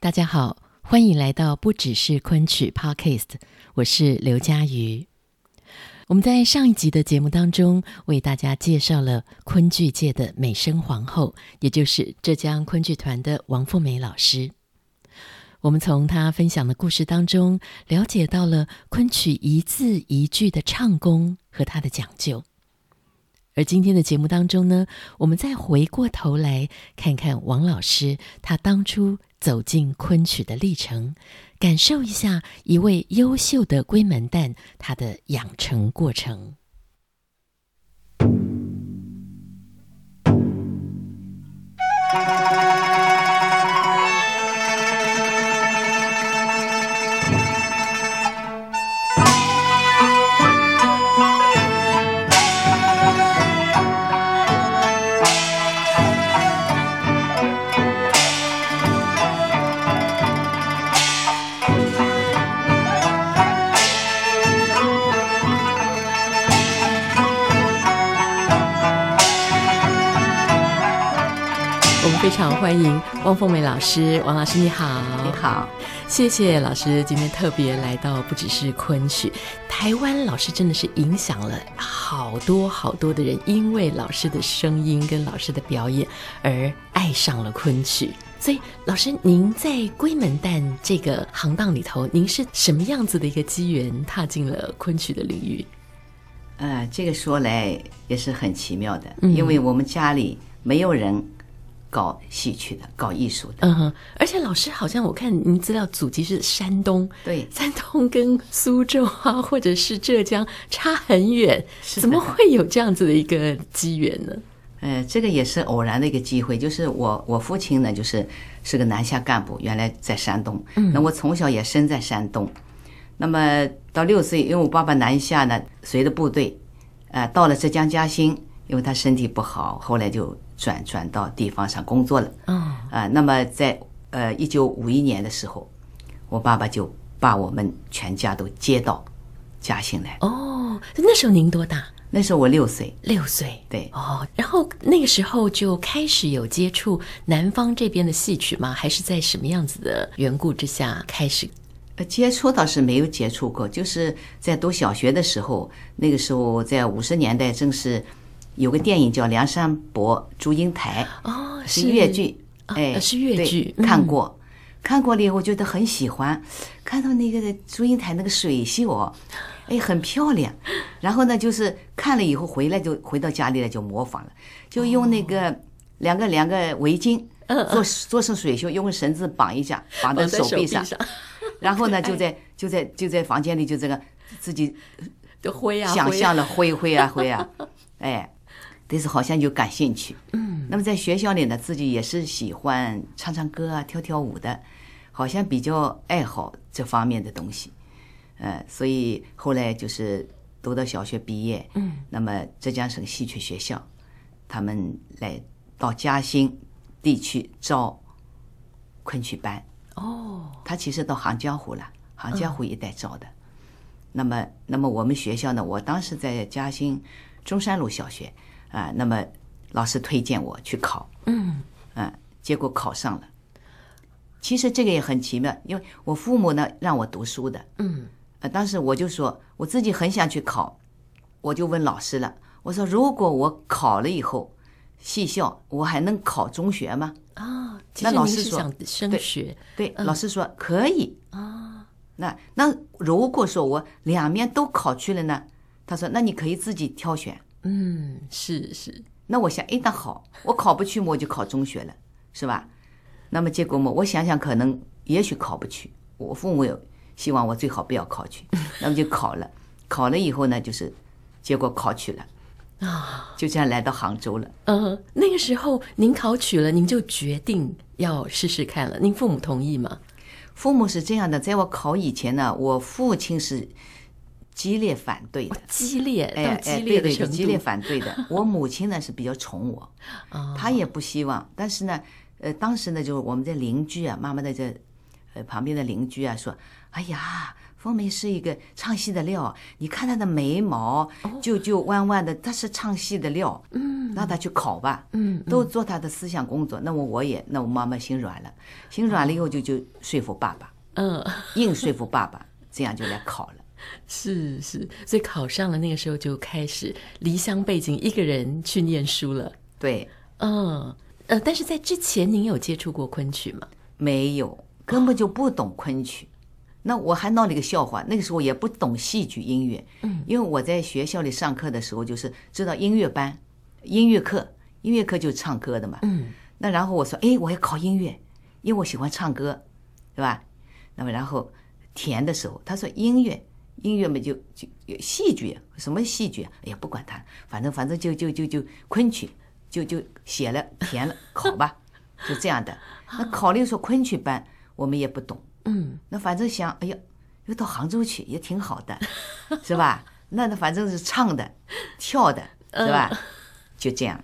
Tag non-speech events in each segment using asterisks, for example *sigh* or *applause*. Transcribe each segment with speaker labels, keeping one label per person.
Speaker 1: 大家好，欢迎来到不只是昆曲 Podcast，我是刘佳瑜。我们在上一集的节目当中，为大家介绍了昆剧界的美声皇后，也就是浙江昆剧团的王凤梅老师。我们从她分享的故事当中，了解到了昆曲一字一句的唱功和它的讲究。而今天的节目当中呢，我们再回过头来看看王老师他当初走进昆曲的历程，感受一下一位优秀的闺门旦他的养成过程。我们非常欢迎汪凤梅老师，王老师你好，
Speaker 2: 你好，
Speaker 1: 谢谢老师今天特别来到，不只是昆曲，台湾老师真的是影响了好多好多的人，因为老师的声音跟老师的表演而爱上了昆曲。所以，老师您在龟门旦这个行当里头，您是什么样子的一个机缘踏进了昆曲的领域？
Speaker 2: 呃，这个说来也是很奇妙的，
Speaker 1: 嗯
Speaker 2: 因为我们家里没有人搞戏曲的，搞艺术的。
Speaker 1: 嗯哼，而且老师好像我看您资料祖籍是山东，
Speaker 2: 对，
Speaker 1: 山东跟苏州啊，或者是浙江差很远，
Speaker 2: 是的
Speaker 1: 怎么会有这样子的一个机缘呢？
Speaker 2: 呃，这个也是偶然的一个机会，就是我我父亲呢，就是是个南下干部，原来在山东，那我从小也生在山东，那么到六岁，因为我爸爸南下呢，随着部队，呃，到了浙江嘉兴，因为他身体不好，后来就转转到地方上工作了。
Speaker 1: 哦，
Speaker 2: 啊，那么在呃一九五一年的时候，我爸爸就把我们全家都接到嘉兴来。
Speaker 1: 哦，那时候您多大？
Speaker 2: 那时候我六岁，
Speaker 1: 六岁。
Speaker 2: 对，
Speaker 1: 哦，然后那个时候就开始有接触南方这边的戏曲吗？还是在什么样子的缘故之下开始？
Speaker 2: 呃接触倒是没有接触过，就是在读小学的时候，那个时候在五十年代正是有个电影叫《梁山伯祝英台》，
Speaker 1: 哦，
Speaker 2: 是越剧，
Speaker 1: 啊
Speaker 2: 哎、
Speaker 1: 呃是越
Speaker 2: 对
Speaker 1: 剧
Speaker 2: 看
Speaker 1: 嗯
Speaker 2: 过，看过了以后觉得很喜欢，看到那个祝英台那个水袖哦，哎，很漂亮。然后呢，就是看了以后回来就回到家里来就模仿了，就用那
Speaker 1: 哦
Speaker 2: 个、两个两个围巾做做成水袖，用个绳子绑一下，绑
Speaker 1: 嗯绑
Speaker 2: 到
Speaker 1: 在臂
Speaker 2: 手臂上，然后呢就在就在就在房间里就这个自己
Speaker 1: 就挥啊
Speaker 2: 想
Speaker 1: 挥啊。
Speaker 2: 象了挥挥啊挥啊，哎，但是好像就感兴趣。嗯，那么在学校里呢，自己也是喜欢唱唱歌啊、跳跳舞的，好像比较爱好这方面的东西。呃，所以后来就是读到小学毕业，嗯，那么浙江省戏曲学校，他们来到嘉兴地区招昆曲班，
Speaker 1: 哦，
Speaker 2: 他其实到杭江湖了，杭江湖一带招的。那么，那么我们学校呢，我当时在嘉兴中山路小学啊，那么老师推荐我去考，
Speaker 1: 嗯，
Speaker 2: 啊，结果考上了。其实这个也很奇妙，因为我父母呢让我读书的，
Speaker 1: 嗯，
Speaker 2: 呃，当时我就说我自己很想去考，我就问老师了，我说如果我考了以后，戏校我还能考中学吗？
Speaker 1: 啊，其
Speaker 2: 那
Speaker 1: 实
Speaker 2: 老
Speaker 1: 您
Speaker 2: 师
Speaker 1: 是
Speaker 2: 说
Speaker 1: 想升
Speaker 2: 对
Speaker 1: 学
Speaker 2: 对，老师说可以，
Speaker 1: 嗯啊，
Speaker 2: 那那如果说我两面都考去了呢？他说，那你可以自己挑选。
Speaker 1: 嗯，是是，
Speaker 2: 那我想，哎，那好，我考不去嘛，我就考中学了，是吧？那么结果嘛，我想想，可能也许考不去，我父母有希望我 *laughs* 最好不要考去，那么就考了。考了以后呢，就是结果考去了，
Speaker 1: 啊，
Speaker 2: 就这样来到杭州了。
Speaker 1: 呃，那个时候您考取了，您就决定要试试看了。您父母同意吗？
Speaker 2: 父母是这样的，在我考以前呢，我父亲是激烈反对的，
Speaker 1: 哦激烈
Speaker 2: 哎
Speaker 1: 到
Speaker 2: 哎，
Speaker 1: 激
Speaker 2: 对
Speaker 1: 烈
Speaker 2: 对
Speaker 1: 的
Speaker 2: 对，
Speaker 1: 程
Speaker 2: 激烈
Speaker 1: 度，
Speaker 2: 反对的。我母亲呢是比较宠
Speaker 1: *laughs*
Speaker 2: 我，
Speaker 1: 啊
Speaker 2: 她也不希望，但是呢，呃，当时呢，就是我们的邻居啊，妈妈的这，呃，旁边的邻居啊，说，哎呀，凤梅是一个唱戏的料，啊你看她的眉毛
Speaker 1: 哦
Speaker 2: 就就弯弯的，她是唱戏的料，嗯，让她去考吧，
Speaker 1: 嗯，
Speaker 2: 都做她的思想工作。那么我也，那我妈妈心软了，心软了以后就就说服爸爸，
Speaker 1: 嗯，
Speaker 2: 硬说服爸爸，这样就来考了。
Speaker 1: 是是，所以考上了，那个时候就开始离乡背景，一个人去念书了。
Speaker 2: 对，
Speaker 1: 嗯，呃，但是在之前您有接触过昆曲吗？
Speaker 2: 没有，根本就不懂昆曲。那我还闹了一个笑话，那个时候也不懂戏剧音乐，嗯，因为我在学校里上课的时候，就是知道音乐班、音乐课，音乐课就唱歌的嘛，
Speaker 1: 嗯，
Speaker 2: 那然后我说，哎，我要考音乐，因为我喜欢唱歌，对吧？那么然后填的时候，他说音乐，音乐嘛就就有戏剧什么戏剧啊，哎呀不管它，反正反正就就就就昆曲，就就写了填了考吧， *laughs* 就这样的。那考虑说昆曲班我们也不懂，
Speaker 1: 嗯，
Speaker 2: 那反正想，哎呀，又到杭州去也挺好的，是吧？那那反正是唱的、跳的，是吧？就这样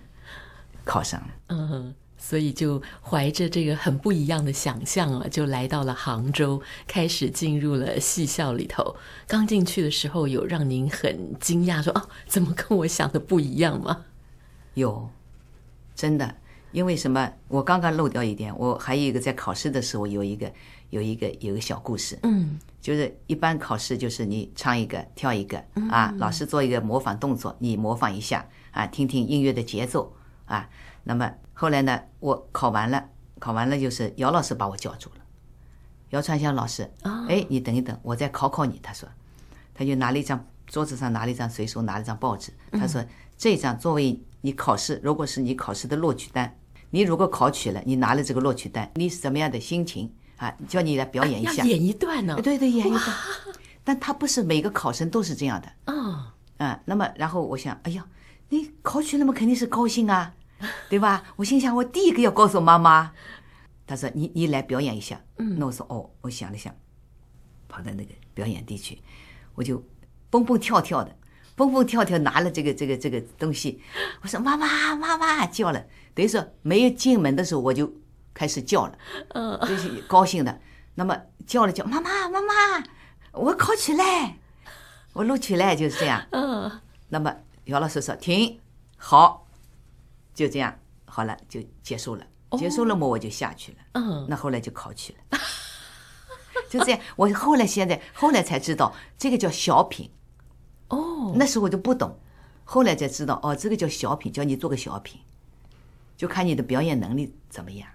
Speaker 2: 考上了。
Speaker 1: 嗯，所以就怀着这个很不一样的想象啊，就来到了杭州，开始进入了戏校里头。刚进去的时候，有让您很惊讶说，哦，怎么跟我想的不一样吗？
Speaker 2: 有，真的，因为什么？我刚刚漏掉一点，我还有一个在考试的时候有一个有一个有一个小故事，
Speaker 1: 嗯
Speaker 2: 就是一般考试就是你唱一个跳一个啊，老师做一个模仿动作，你模仿一下啊，听听音乐的节奏啊。那么后来呢，我考完了，考完了就是姚老师把我叫住了，姚传祥老师，
Speaker 1: 啊
Speaker 2: 哎，你等一等，我再考考你。他说，他就拿了一张桌子上拿了一张，随手拿了一张报纸。他说，这张作为你考试，如果是你考试的录取单，你如果考取了，你拿了这个录取单，你是什么样的心情啊？叫你来表演一
Speaker 1: 啊要
Speaker 2: 下。
Speaker 1: 演一段呢、
Speaker 2: 哎对对，演一段。但他不是每个考生都是这样的
Speaker 1: 啊、
Speaker 2: 啊、那么，然后我想，哎呀，你考取了嘛，肯定是高兴啊，对吧？我心想，我第一个要告诉妈妈。他说：“你你来表演一下。”嗯，那我说：“哦，我想了想，跑到那个表演地区，我就蹦蹦跳跳的，蹦蹦跳跳拿了这个这个这个东西，我说妈妈妈妈叫了，等于说没有进门的时候我就开始叫了，
Speaker 1: 嗯，
Speaker 2: 就是高兴的，那么叫了叫妈妈妈妈，我考取嘞，我录取嘞，就是这样，
Speaker 1: 嗯
Speaker 2: 那么姚老师说停，好，就这样好了，就结束了。结束了么，我就下去了。
Speaker 1: 嗯，
Speaker 2: 那后来就考取了， *laughs* 就这样。我后来现在后来才知道，这个叫小品，
Speaker 1: 哦，
Speaker 2: 那时候我就不懂，后来才知道哦，这个叫小品，叫你做个小品，就看你的表演能力怎么样。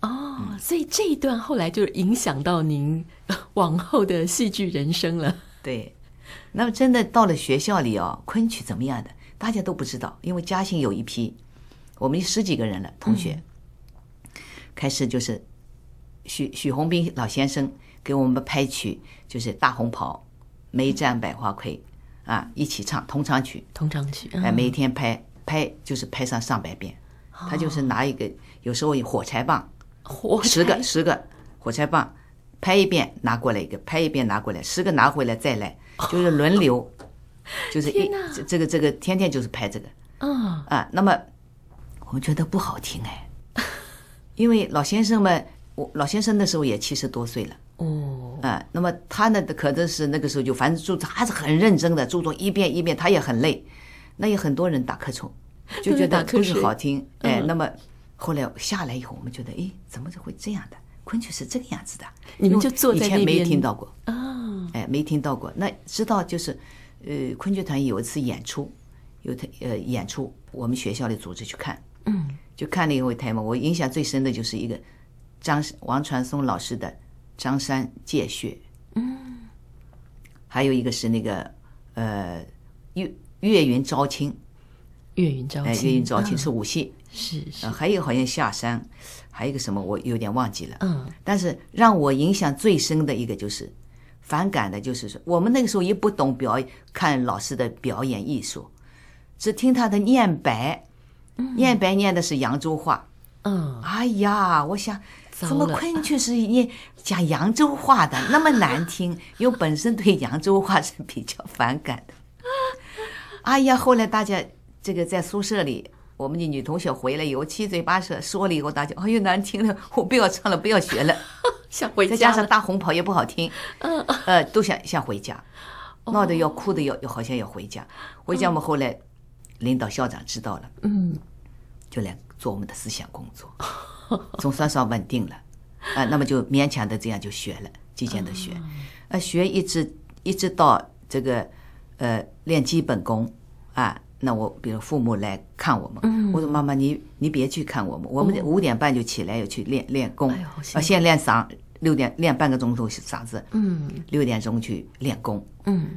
Speaker 2: 嗯
Speaker 1: 哦，所以这一段后来就影响到您呃往后的戏剧人生了。
Speaker 2: 对，那么真的到了学校里啊，昆曲怎么样的，大家都不知道，因为嘉兴有一批，我们十几个人了，同学，开始就是许许宏斌老先生给我们拍曲，就是《大红袍》《梅占百花魁》啊，一起唱同唱曲，
Speaker 1: 同场曲，嗯
Speaker 2: 哎，每天拍拍就是拍上上百遍，他就是拿一个有时候有火柴棒，
Speaker 1: 火柴
Speaker 2: 十个十个火柴棒，拍一遍拿过来一个，拍一遍拿过来，十个拿回来再来，就是
Speaker 1: *laughs*
Speaker 2: 轮流，就是一
Speaker 1: 天哪
Speaker 2: 这这个这个天天就是拍这个
Speaker 1: 嗯
Speaker 2: 啊。那么我们觉得不好听哎，
Speaker 1: *laughs*
Speaker 2: 因为老先生们，我老先生那时候也七十多岁了。
Speaker 1: 哦，
Speaker 2: 啊、那么他呢，可能是那个时候就反正注重还是很认真的，注重一遍一遍，他也很累，那有很多人打
Speaker 1: *laughs*
Speaker 2: 瞌虫，就觉
Speaker 1: 打
Speaker 2: 得
Speaker 1: 瞌
Speaker 2: 不是
Speaker 1: 睡嗯
Speaker 2: 好听，哎，那么后来下来以后，我们觉得，哎，怎么会这样的？昆曲是这个样子的，
Speaker 1: 你们
Speaker 2: 因为
Speaker 1: 就坐在
Speaker 2: 以前
Speaker 1: 那
Speaker 2: 没
Speaker 1: 边
Speaker 2: 听到过，
Speaker 1: 啊，
Speaker 2: 哎，没听到过。那知道就是，呃，昆剧团有一次演出，有他呃演出，我们学校里组织去看，
Speaker 1: 嗯，
Speaker 2: 就看了一回台嘛。我印象最深的就是一个张王传松老师的《张三借血》，嗯，还有一个是那个呃岳岳云招亲，
Speaker 1: 岳云昭
Speaker 2: 哎，
Speaker 1: 卿，
Speaker 2: 岳云招亲是武戏，
Speaker 1: 是是
Speaker 2: 呃，还有好像下山，还有一个什么我有点忘记了。
Speaker 1: 嗯，
Speaker 2: 但是让我影响最深的一个就是反感的，就是说我们那个时候也不懂表演，看老师的表演艺术，只听他的念白，念白念的是扬州话。
Speaker 1: 嗯，
Speaker 2: 哎呀，我想
Speaker 1: 糟
Speaker 2: 怎么
Speaker 1: 了
Speaker 2: 昆曲是念讲扬州话
Speaker 1: *laughs*
Speaker 2: 的那么难听？因为本身对扬州话是比较反感的。哎呀，后来大家这个在宿舍里，我们的女同学回来以后七嘴八舌说了以后，大家哎呦难听了，我不要唱了，不要学了。
Speaker 1: 想回
Speaker 2: 再加
Speaker 1: 家
Speaker 2: 上
Speaker 1: 了。
Speaker 2: 大红袍也不好听，嗯，呃，都想想回家，闹得要哭的要，好像要回家。回家我们后来，领导校长知道了，
Speaker 1: 嗯，
Speaker 2: 就来做我们的思想工作， *laughs* 总算算稳定了，啊、那么就勉强的这样就学了，渐渐的学，
Speaker 1: 啊
Speaker 2: 呃，学一直一直到这个，呃，练基本功啊。那我比如父母来看我们，
Speaker 1: 嗯
Speaker 2: 我说妈妈你你别去看我们，我们五点半就起来要去练练功，
Speaker 1: 哦哎呦好辛苦
Speaker 2: 啊先练嗓，六点练半个钟头嗓子，
Speaker 1: 嗯
Speaker 2: 六点钟去练功。
Speaker 1: 嗯，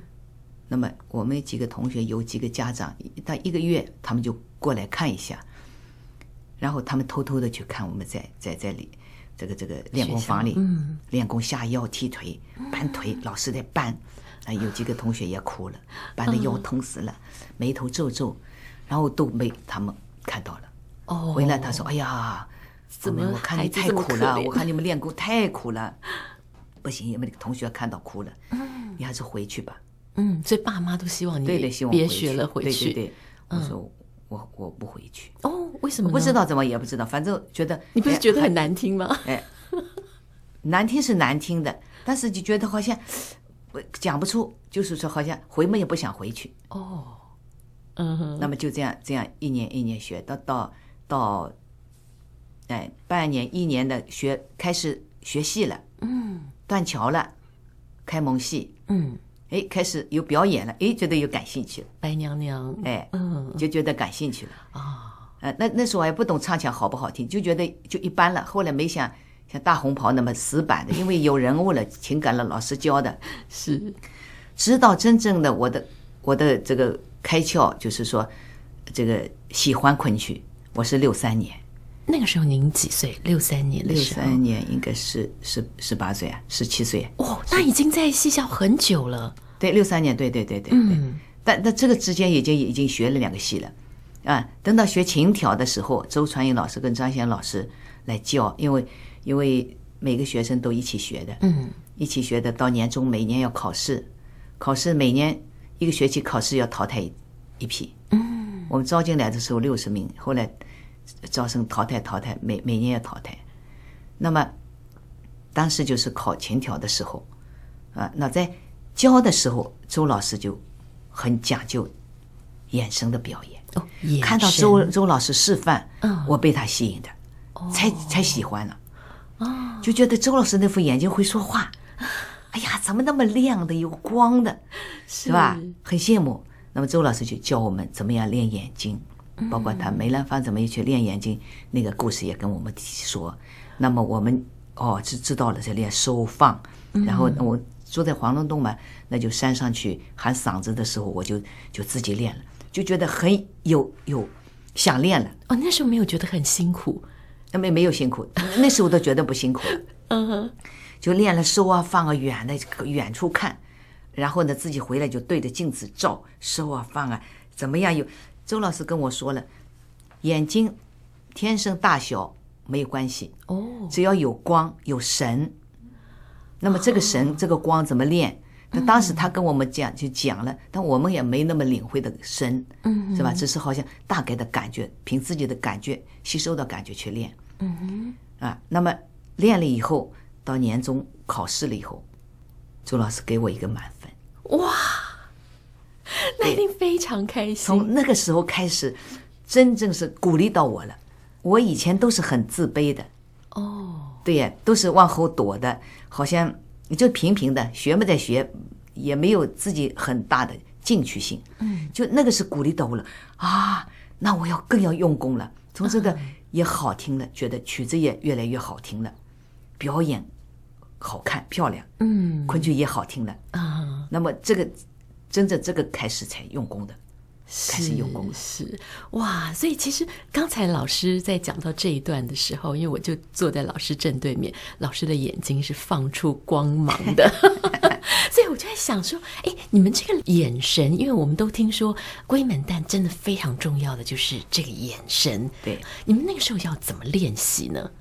Speaker 2: 那么我们几个同学有几个家长，他一个月他们就过来看一下，然后他们偷偷的去看我们在在在里这个这个练功房里、
Speaker 1: 嗯
Speaker 2: 练功下腰踢腿搬腿，老师在搬，啊有几个同学也哭
Speaker 1: 嗯
Speaker 2: 了，搬的腰疼死了，眉头皱皱，然后都被他们看到了。
Speaker 1: 哦，
Speaker 2: 回来他说：“哎呀，
Speaker 1: 怎么
Speaker 2: 我看你
Speaker 1: 孩子
Speaker 2: 太
Speaker 1: 这么
Speaker 2: 苦
Speaker 1: 可
Speaker 2: 了，
Speaker 1: 怜
Speaker 2: 我看你们练功太苦了，不行，你们同学看到哭了，你还是回去吧。
Speaker 1: 嗯，所以爸妈都希望你
Speaker 2: 对对，希望
Speaker 1: 别
Speaker 2: 回
Speaker 1: 学
Speaker 2: 去
Speaker 1: 了回去。
Speaker 2: 对对对，我说我我不回去，
Speaker 1: 哦，为什
Speaker 2: 我
Speaker 1: 么？
Speaker 2: 不知，道怎么也不知道，反正觉得
Speaker 1: 你不是
Speaker 2: 哎
Speaker 1: 觉得
Speaker 2: 还
Speaker 1: 很难听
Speaker 2: *laughs*
Speaker 1: 吗？
Speaker 2: 哎，难听是难听的，但是就觉得好像我讲不出，就是说好像回嘛也不想回去。
Speaker 1: 哦，嗯哼，
Speaker 2: 那么就这样这样一年一年学，到到到，哎，半年一年的学开始学戏了，嗯，断桥了，开蒙戏，
Speaker 1: 嗯，
Speaker 2: 哎，开始有表演了，哎，觉得有感兴趣了，
Speaker 1: 白娘娘，
Speaker 2: 哎，
Speaker 1: 嗯
Speaker 2: 就觉得感兴趣了，
Speaker 1: 啊，
Speaker 2: 呃，那那时候还不懂唱腔好不好听，就觉得就一般了，后来没想。像大红袍那么死板的，因为有人物了、情感了，老师教的，
Speaker 1: 是，
Speaker 2: 直到真正的我的我的这个开窍，就是说，这个喜欢昆曲。我是六三年，
Speaker 1: 那个时候您几岁？六三年的
Speaker 2: 六
Speaker 1: 时候，
Speaker 2: 三年应该是十十八岁啊，十七岁。
Speaker 1: 哦，那已经在戏校很久了。
Speaker 2: 对，六三年，对对对对。
Speaker 1: 嗯，
Speaker 2: 但但这个之间已经已经学了两个戏了，啊，等到学琴调的时候，周传英老师跟张贤老师来教，因为因为每个学生都一起学的，
Speaker 1: 嗯，
Speaker 2: 一起学的，到年终每年要考试，考试每年一个学期考试要淘汰一一批，嗯，我们招进来的时候六十名，后来招生淘汰淘汰，每每年要淘汰，那么当时就是考琴调的时候，啊，那在教的时候，周老师就很讲究眼神的表演。
Speaker 1: 哦，眼
Speaker 2: 看到
Speaker 1: 神
Speaker 2: 周周老师示范，
Speaker 1: 嗯
Speaker 2: 我被他吸引的，才才喜欢了，就觉得周老师那副眼睛会说话，哎呀，怎么那么亮的，有光的，是吧？很羡慕。那么周老师就教我们怎么样练眼睛，包括他梅兰芳怎么去练眼睛，那个故事也跟我们说。那么我们哦，知知道了这练收放，然后我住在黄龙洞嘛，那就山上去喊嗓子的时候，我就就自己练了，就觉得很有有想练了。
Speaker 1: 哦，那时候没有觉得很辛苦，
Speaker 2: 那没没有辛苦，那时候都觉得不辛苦了。
Speaker 1: *laughs* 嗯哼，
Speaker 2: 就练了收啊放啊远的远处看，然后呢自己回来就对着镜子照收啊放啊怎么样有？周老师跟我说了，眼睛天生大小没有关系，
Speaker 1: 哦，
Speaker 2: 只要有光有神，那么这个神、这个光怎么练？那当时他跟我们讲就讲了，但我们也没那么领会的深，嗯，是吧？只是好像大概的感觉，凭自己的感觉吸收的感觉去练，嗯啊，那么练了以后，到年终考试了以后，周老师给我一个满分。
Speaker 1: *laughs* 那一定非常开心。
Speaker 2: 从那个时候开始，真正是鼓励到我了。我以前都是很自卑的，
Speaker 1: 哦，
Speaker 2: 对呀，都是往后躲的，好像就平平的，学没在学，也没有自己很大的进取性。嗯，就那个是鼓励到我了啊，那我要更要用功了。从
Speaker 1: *laughs*
Speaker 2: 这个也好听了，觉得曲子也越来越好听了，表演好看漂亮，
Speaker 1: 嗯
Speaker 2: 昆曲也好听了。
Speaker 1: 啊，
Speaker 2: 那么这个真正这个开始才用功的，开始用功了。
Speaker 1: 是哇，所以其实刚才老师在讲到这一段的时候，因为我就
Speaker 2: *laughs*
Speaker 1: 坐在老师正对面，老师的眼睛是放出光芒的，所以我就在想说，哎，你们这个眼神，因为我们都听说龟门旦真的非常重要的就是这个眼神。
Speaker 2: 对，
Speaker 1: 你们那个时候要怎么练习呢？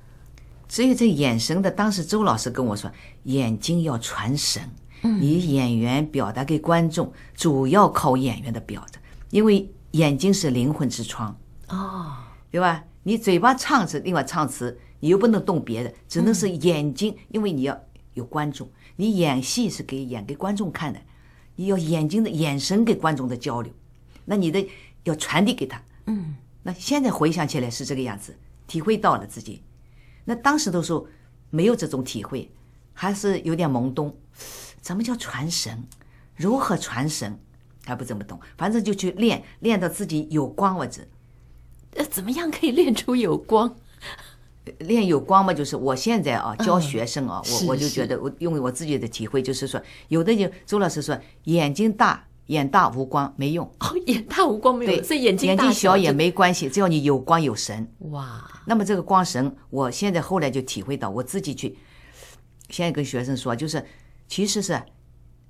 Speaker 2: 所以这眼神的，当时周老师跟我说，眼睛要传神，
Speaker 1: 嗯
Speaker 2: 你演员表达给观众，主要靠演员的表达，因为眼睛是灵魂之窗，
Speaker 1: 哦，
Speaker 2: 对吧？你嘴巴唱是另外唱词，你又不能动别的，只能
Speaker 1: 嗯
Speaker 2: 是眼睛，因为你要有观众，你演戏是给演给观众看的，你要眼睛的眼神给观众的交流，那你的要传递给他，
Speaker 1: 嗯，
Speaker 2: 那现在回想起来是这个样子，体会到了自己。那当时的时候没有这种体会，还是有点懵懂。怎么叫传神？如何传神？还不怎么懂，反正就去练，练到自己有光为止。
Speaker 1: 呃，怎么样可以练出有光？
Speaker 2: 练有光嘛，就是我现在啊教学生啊，
Speaker 1: 嗯是
Speaker 2: 我我就觉得我因为我自己的体会就是说，有的人周老师说眼睛大眼大无光没用，
Speaker 1: 哦，眼大无光没有，
Speaker 2: 对，
Speaker 1: 所以眼睛
Speaker 2: 眼
Speaker 1: 大
Speaker 2: 睛小也
Speaker 1: 就
Speaker 2: 没关系，只要你有光有神。
Speaker 1: 哇，
Speaker 2: 那么这个光神，我现在后来就体会到，我自己去，现在跟学生说，就是其实是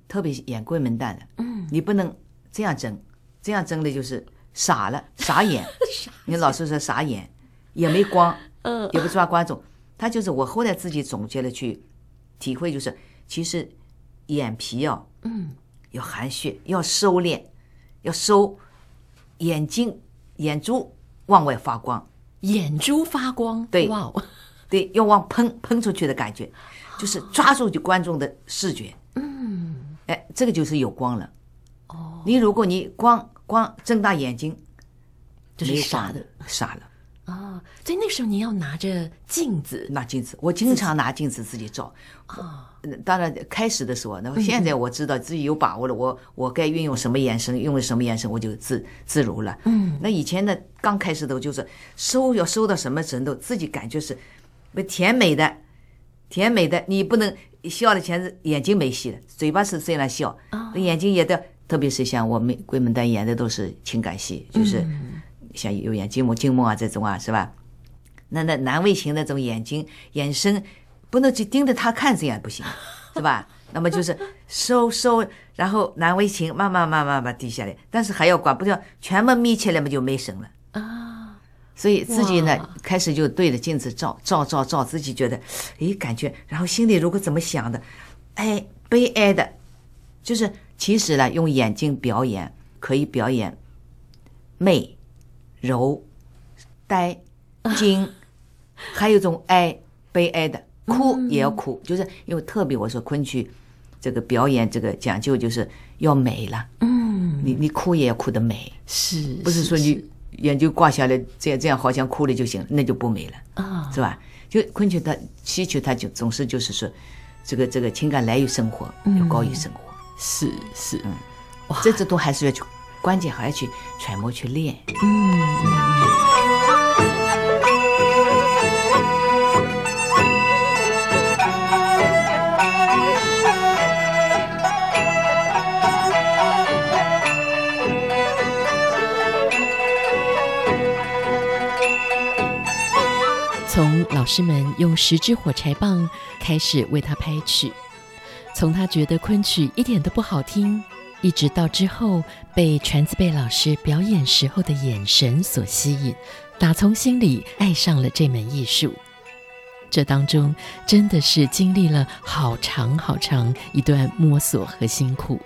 Speaker 2: 特别演鬼门旦的，嗯，你不能这样争，这样争的就是傻了，傻眼，你老师说傻眼，也没光，
Speaker 1: 嗯
Speaker 2: 也不抓观众，他就是我后来自己总结了去体会，就是其实眼皮啊，
Speaker 1: 嗯，
Speaker 2: 要含蓄，要收敛，要收眼睛眼珠往外发光。
Speaker 1: 眼珠发光，
Speaker 2: 对
Speaker 1: 哇哦，
Speaker 2: 对，要往喷喷出去的感觉，就是抓住就观众的视觉。嗯，哎，这个就是有光了。哦，你如果你光光睁大眼睛，
Speaker 1: 就是
Speaker 2: 没有
Speaker 1: 傻
Speaker 2: 光
Speaker 1: 的，
Speaker 2: 傻了。
Speaker 1: 哦，所以那个时候你要拿着镜子，
Speaker 2: 拿镜子，我经常拿镜子自己照。嗯当然开始的时候，那么现在我知道自己有把握了，我我该运用什么眼神，用什么眼神，我就自自如了。嗯，那以前呢，刚开始的时候就是收要收到什么程度，自己感觉是不甜美的，甜美的，你不能笑的前眼睛没戏了，嘴巴是虽然笑，那眼睛也得，特别是像我们鬼门旦演的都是情感戏，就是像有演金梦、金梦啊这种啊，是吧？那那难为情那种眼睛眼神，不能去盯着他看，这样不行，是吧？那么就是收收，然后难为情慢慢慢慢慢低下来，但是还要管，不要全部眯起来嘛就没神了。
Speaker 1: 啊，
Speaker 2: 所以自己呢
Speaker 1: 哇，
Speaker 2: 开始就对着镜子照照照照，自己觉得，哎，感觉，然后心里如果怎么想的，哎，悲哀的，就是其实呢，用眼睛表演可以表演媚、柔、呆、
Speaker 1: *laughs*
Speaker 2: 惊，还有一种哀、悲哀的，哭也要
Speaker 1: 嗯
Speaker 2: 哭，就是因为特别我说昆曲这个表演这个讲究就是要美了，
Speaker 1: 嗯，
Speaker 2: 你你哭也要哭得美，
Speaker 1: 是，
Speaker 2: 不是说你眼睛挂下来，这样这样好像哭了就行了，那就不美了，
Speaker 1: 啊，
Speaker 2: 是吧？就昆曲它戏曲它就总是就是说，这个这个情感来于生活，要高于生活，
Speaker 1: 是是，
Speaker 2: 这这都还是要去，关键还要去揣摩去练。
Speaker 1: 从老师们用十支火柴棒开始为他拍曲，从他觉得昆曲一点都不好听，一直到之后被传字辈老师表演时候的眼神所吸引，打从心里爱上了这门艺术。这当中真的是经历了好长好长一段摸索和辛苦。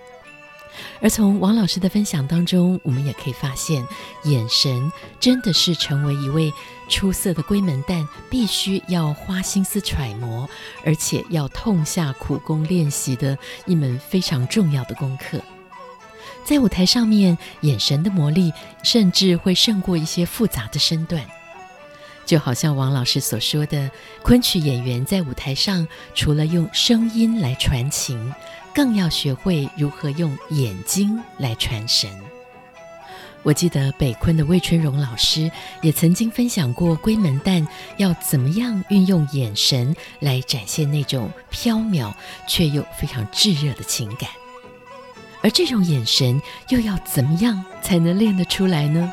Speaker 1: 而从王老师的分享当中，我们也可以发现，眼神真的是成为一位出色的龟门旦必须要花心思揣摩，而且要痛下苦功练习的一门非常重要的功课。在舞台上面，眼神的魔力甚至会胜过一些复杂的身段。就好像王老师所说的，昆曲演员在舞台上除了用声音来传情，更要学会如何用眼睛来传神。我记得北昆的魏春荣老师也曾经分享过龟门旦要怎么样运用眼神来展现那种飘渺却又非常炙热的情感，而这种眼神又要怎么样才能练得出来呢？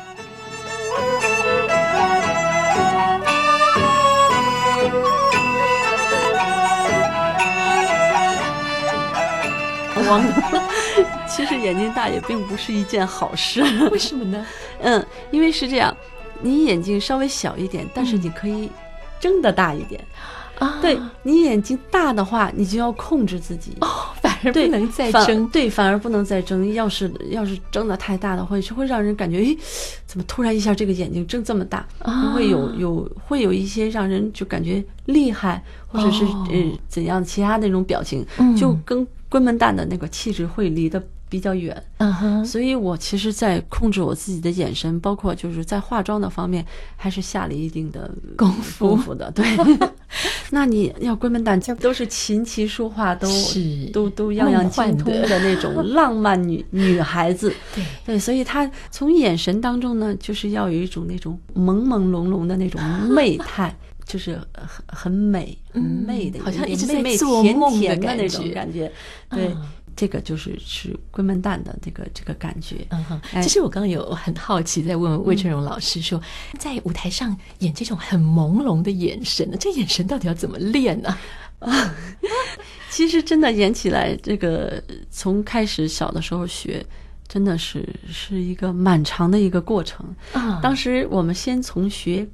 Speaker 3: 光的。 *laughs* 其实眼睛大也并不是一件好事。
Speaker 1: 为什么呢？
Speaker 3: 嗯，因为是这样，你眼睛稍微小一点，但是你可以睁得大一点。
Speaker 1: 啊，
Speaker 3: 对你眼睛大的话，你就要控制自己。
Speaker 1: 哦，反而不
Speaker 3: 对，
Speaker 1: 能再
Speaker 3: 反
Speaker 1: 争。
Speaker 3: 对，反而不能再睁。要是要是睁的太大的话，就会让人感觉，诶，怎么突然一下这个眼睛睁这么大？
Speaker 1: 啊
Speaker 3: 会有有会有一些让人就感觉厉害，或者是、
Speaker 1: 哦
Speaker 3: 呃怎样其他那种表情，
Speaker 1: 嗯
Speaker 3: 就跟关门蛋的那个气质会离得比较远。
Speaker 1: 嗯哼，
Speaker 3: 所以我其实，在控制我自己的眼神，包括就是在化妆的方面，还是下了一定的
Speaker 1: 功夫
Speaker 3: 功夫的。对， *laughs* 那你要关门蛋，就都是琴棋书画都
Speaker 1: 是
Speaker 3: 都都样样
Speaker 1: 梦幻
Speaker 3: 精
Speaker 1: 的
Speaker 3: 通的那
Speaker 1: *laughs*
Speaker 3: 种浪漫女女孩子。
Speaker 1: 对，
Speaker 3: 对，所以她从眼神当中呢，就是要有一种那种朦朦胧胧的
Speaker 1: *laughs*
Speaker 3: 那种媚态。就是很很美、很
Speaker 1: 嗯
Speaker 3: 媚的，
Speaker 1: 好像
Speaker 3: 有
Speaker 1: 一直在
Speaker 3: 点媚媚
Speaker 1: 做
Speaker 3: 甜
Speaker 1: 梦的
Speaker 3: 甜
Speaker 1: 感
Speaker 3: 那种
Speaker 1: 觉嗯
Speaker 3: 感觉。对，这个就是是关门蛋的这个这个感觉。
Speaker 1: 嗯哼，
Speaker 3: 哎
Speaker 1: 其实我刚刚有很好奇，在问魏春荣老师说，在舞台上演这种很朦胧的眼神，这眼神到底要怎么练呢、
Speaker 3: 其实真的演起来，这个从开始小的时候学，真的是是一个蛮长的一个过程。
Speaker 1: 啊
Speaker 3: 当时我们先从学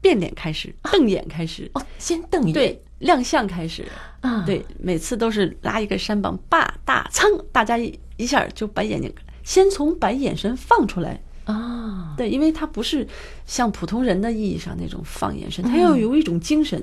Speaker 3: 变脸开始，瞪眼开始，
Speaker 1: 哦，先瞪眼，
Speaker 3: 对，亮相开始，
Speaker 1: 啊，
Speaker 3: 对，每次都是拉一个山膀，霸大噌，大家一一下就把眼睛，先从把眼神放出来，
Speaker 1: 啊，
Speaker 3: 对，因为它不是像普通人的意义上那种放眼
Speaker 1: 嗯
Speaker 3: 神，它要有一种精神，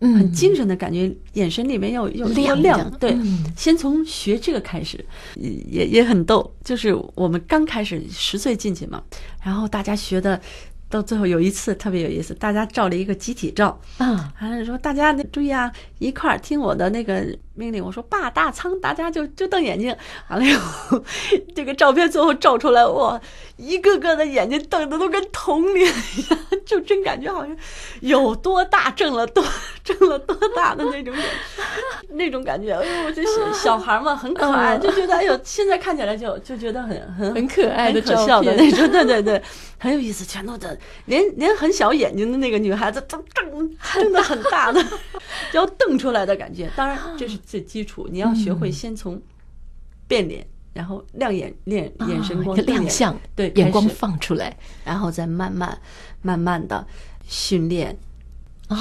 Speaker 3: 很精神的感觉，眼神里面要要要
Speaker 1: 亮的。
Speaker 3: 亮对，
Speaker 1: 嗯
Speaker 3: 先从学这个开始，也也也很逗。就是我们刚开始十岁进去嘛，然后大家学的，到最后有一次特别有意思，大家照了一个集体照，
Speaker 1: 啊，
Speaker 3: 还是说大家那注意啊，一块儿听我的那个命令。我说爸大仓，大家就就瞪眼睛。完了以后， *laughs* 这个照片最后照出来，哇，一个个的眼睛瞪的都跟铜铃一样， *laughs* 就真感觉好像有多大挣了多 *laughs* 挣了多大的那种感觉那种感觉。哎呦，我这小小孩嘛，很可爱，
Speaker 1: 嗯
Speaker 3: 就觉得哎呦，现在看起来就就觉得很很
Speaker 1: 很可爱的
Speaker 3: 很可
Speaker 1: 照
Speaker 3: 笑的
Speaker 1: 片
Speaker 3: 那种， *laughs* 对对对，很有意思，全都的，连连很小眼睛的那个女孩子都瞪瞪的很大
Speaker 1: *laughs*
Speaker 3: 的，要瞪出来的感觉。当然，这是最基础，你要学会先从变脸，然后亮眼练眼神光
Speaker 1: 啊一个
Speaker 3: 瞪
Speaker 1: 亮
Speaker 3: 眼
Speaker 1: 相，
Speaker 3: 对
Speaker 1: 眼光
Speaker 3: 开始
Speaker 1: 放出来，
Speaker 3: 然后再慢慢慢慢的训练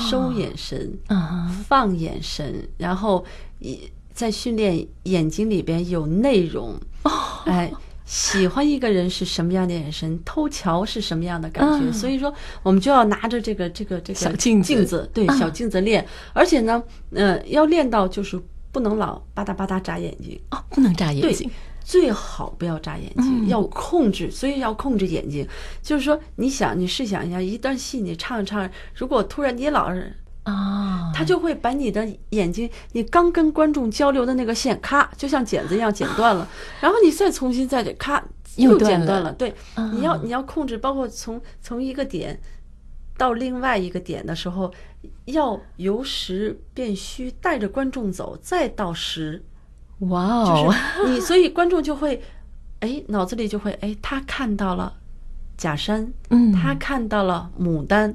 Speaker 3: 收眼神，
Speaker 1: 啊，
Speaker 3: 放眼神，然后一在训练眼睛里边有内容，
Speaker 1: 哦
Speaker 3: *laughs* 哎。喜欢一个人是什么样的眼神，偷瞧是什么样的感觉，
Speaker 1: 嗯
Speaker 3: 所以说我们就要拿着这个这个这个
Speaker 1: 小镜子
Speaker 3: 镜子，对
Speaker 1: 嗯
Speaker 3: 小镜子练，而且呢，呃，要练到就是不能老吧嗒吧嗒眨眼睛，
Speaker 1: 哦，不能眨眼
Speaker 3: 对
Speaker 1: 睛，嗯
Speaker 3: 最好不要眨眼睛，要控制，所以要控制眼睛。就是说，你想，你试想一下，一段戏你唱着唱着，如果突然你老是
Speaker 1: 啊，
Speaker 3: 他就会把你的眼睛，你刚跟观众交流的那个线，咔，就像剪子一样剪断
Speaker 1: *laughs*
Speaker 3: 了，然后你再重新再咔
Speaker 1: 又
Speaker 3: 又
Speaker 1: 断
Speaker 3: 剪
Speaker 1: 了
Speaker 3: 断了。对，
Speaker 1: 啊
Speaker 3: 你要你要控制，包括从从一个点到另外一个点的时候，要由实变虚，带着观众走，再到实，
Speaker 1: 哇
Speaker 3: 就
Speaker 1: 哦， *laughs*
Speaker 3: 是你，所以观众就会，哎，脑子里就会，哎，他看到了假山，
Speaker 1: 嗯
Speaker 3: 他看到了牡丹，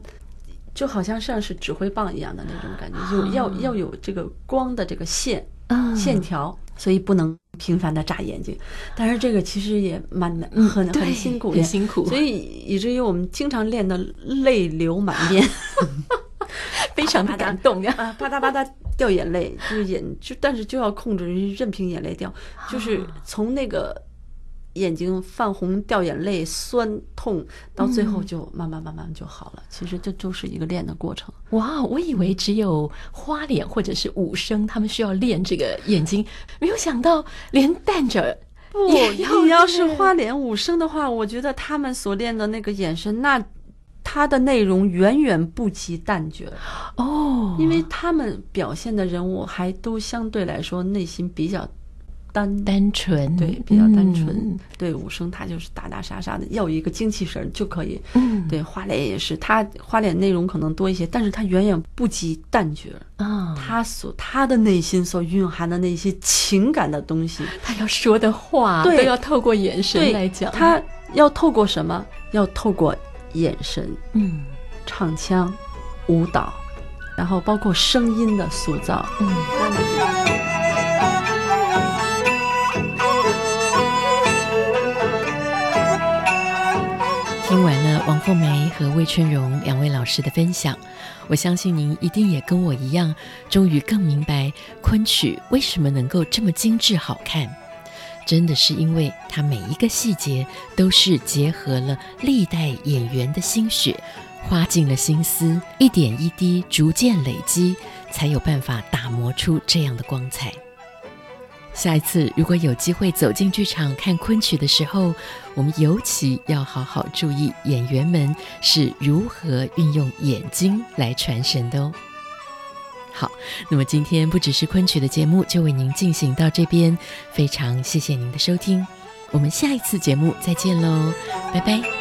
Speaker 3: 就好像像是指挥棒一样的那种感觉，有要要有这个光的这个线
Speaker 1: 啊嗯
Speaker 3: 线条，所以不能频繁的眨眼睛。但是这个其实也蛮难，很
Speaker 1: 嗯对
Speaker 3: 很辛苦，
Speaker 1: 很辛苦
Speaker 3: 所以以至于我们经常练的泪流满
Speaker 1: *laughs*
Speaker 3: 面。 *laughs*
Speaker 1: 非常的感动呀，
Speaker 3: 啊，吧嗒吧嗒掉眼泪，就是眼就但是就要控制，任凭眼泪掉，
Speaker 1: 啊
Speaker 3: 就是从那个眼睛泛红、掉眼泪、酸痛，到最
Speaker 1: 嗯
Speaker 3: 后就慢慢慢慢就好了。其实这都是一个练的过程。
Speaker 1: *laughs* 哇，哦我以为只有花脸或者是武生他们需要练这个眼睛，没有想到连蛋着
Speaker 3: *laughs* 不
Speaker 1: 也要
Speaker 3: 你要是
Speaker 1: 练
Speaker 3: 花脸武生的话，我觉得他们所练的那个眼神，那他的内容远远不及旦角。
Speaker 1: 哦，
Speaker 3: 因为他们表现的人物还都相对来说内心比较单
Speaker 1: 单纯，
Speaker 3: 对，比较单纯。
Speaker 1: 嗯
Speaker 3: 对，武生他就是打打杀杀的，要有一个精气神儿就可以。
Speaker 1: 嗯
Speaker 3: 对，花脸也是，他花脸内容可能多一些，但是他远远不及旦角儿，
Speaker 1: 啊、
Speaker 3: 他所他的内心所蕴含的那些情感的东西，
Speaker 1: 他要说的话啊都
Speaker 3: 对
Speaker 1: 要透过眼神
Speaker 3: 对
Speaker 1: 来讲，
Speaker 3: 他要透过什么？要透过眼神、
Speaker 1: 嗯
Speaker 3: 唱腔、舞蹈，然后包括声音的塑造。
Speaker 1: 嗯。
Speaker 3: 慢慢
Speaker 1: 了王凤梅和魏春荣两位老师的分享，我相信您一定也跟我一样，终于更明白昆曲为什么能够这么精致好看。真的是因为它每一个细节都是结合了历代演员的心血，花尽了心思，一点一滴逐渐累积，才有办法打磨出这样的光彩。下一次如果有机会走进剧场看昆曲的时候，我们尤其要好好注意演员们是如何运用眼睛来传神的哦。好，那么今天不只是昆曲的节目就为您进行到这边，非常谢谢您的收听，我们下一次节目再见喽，拜拜。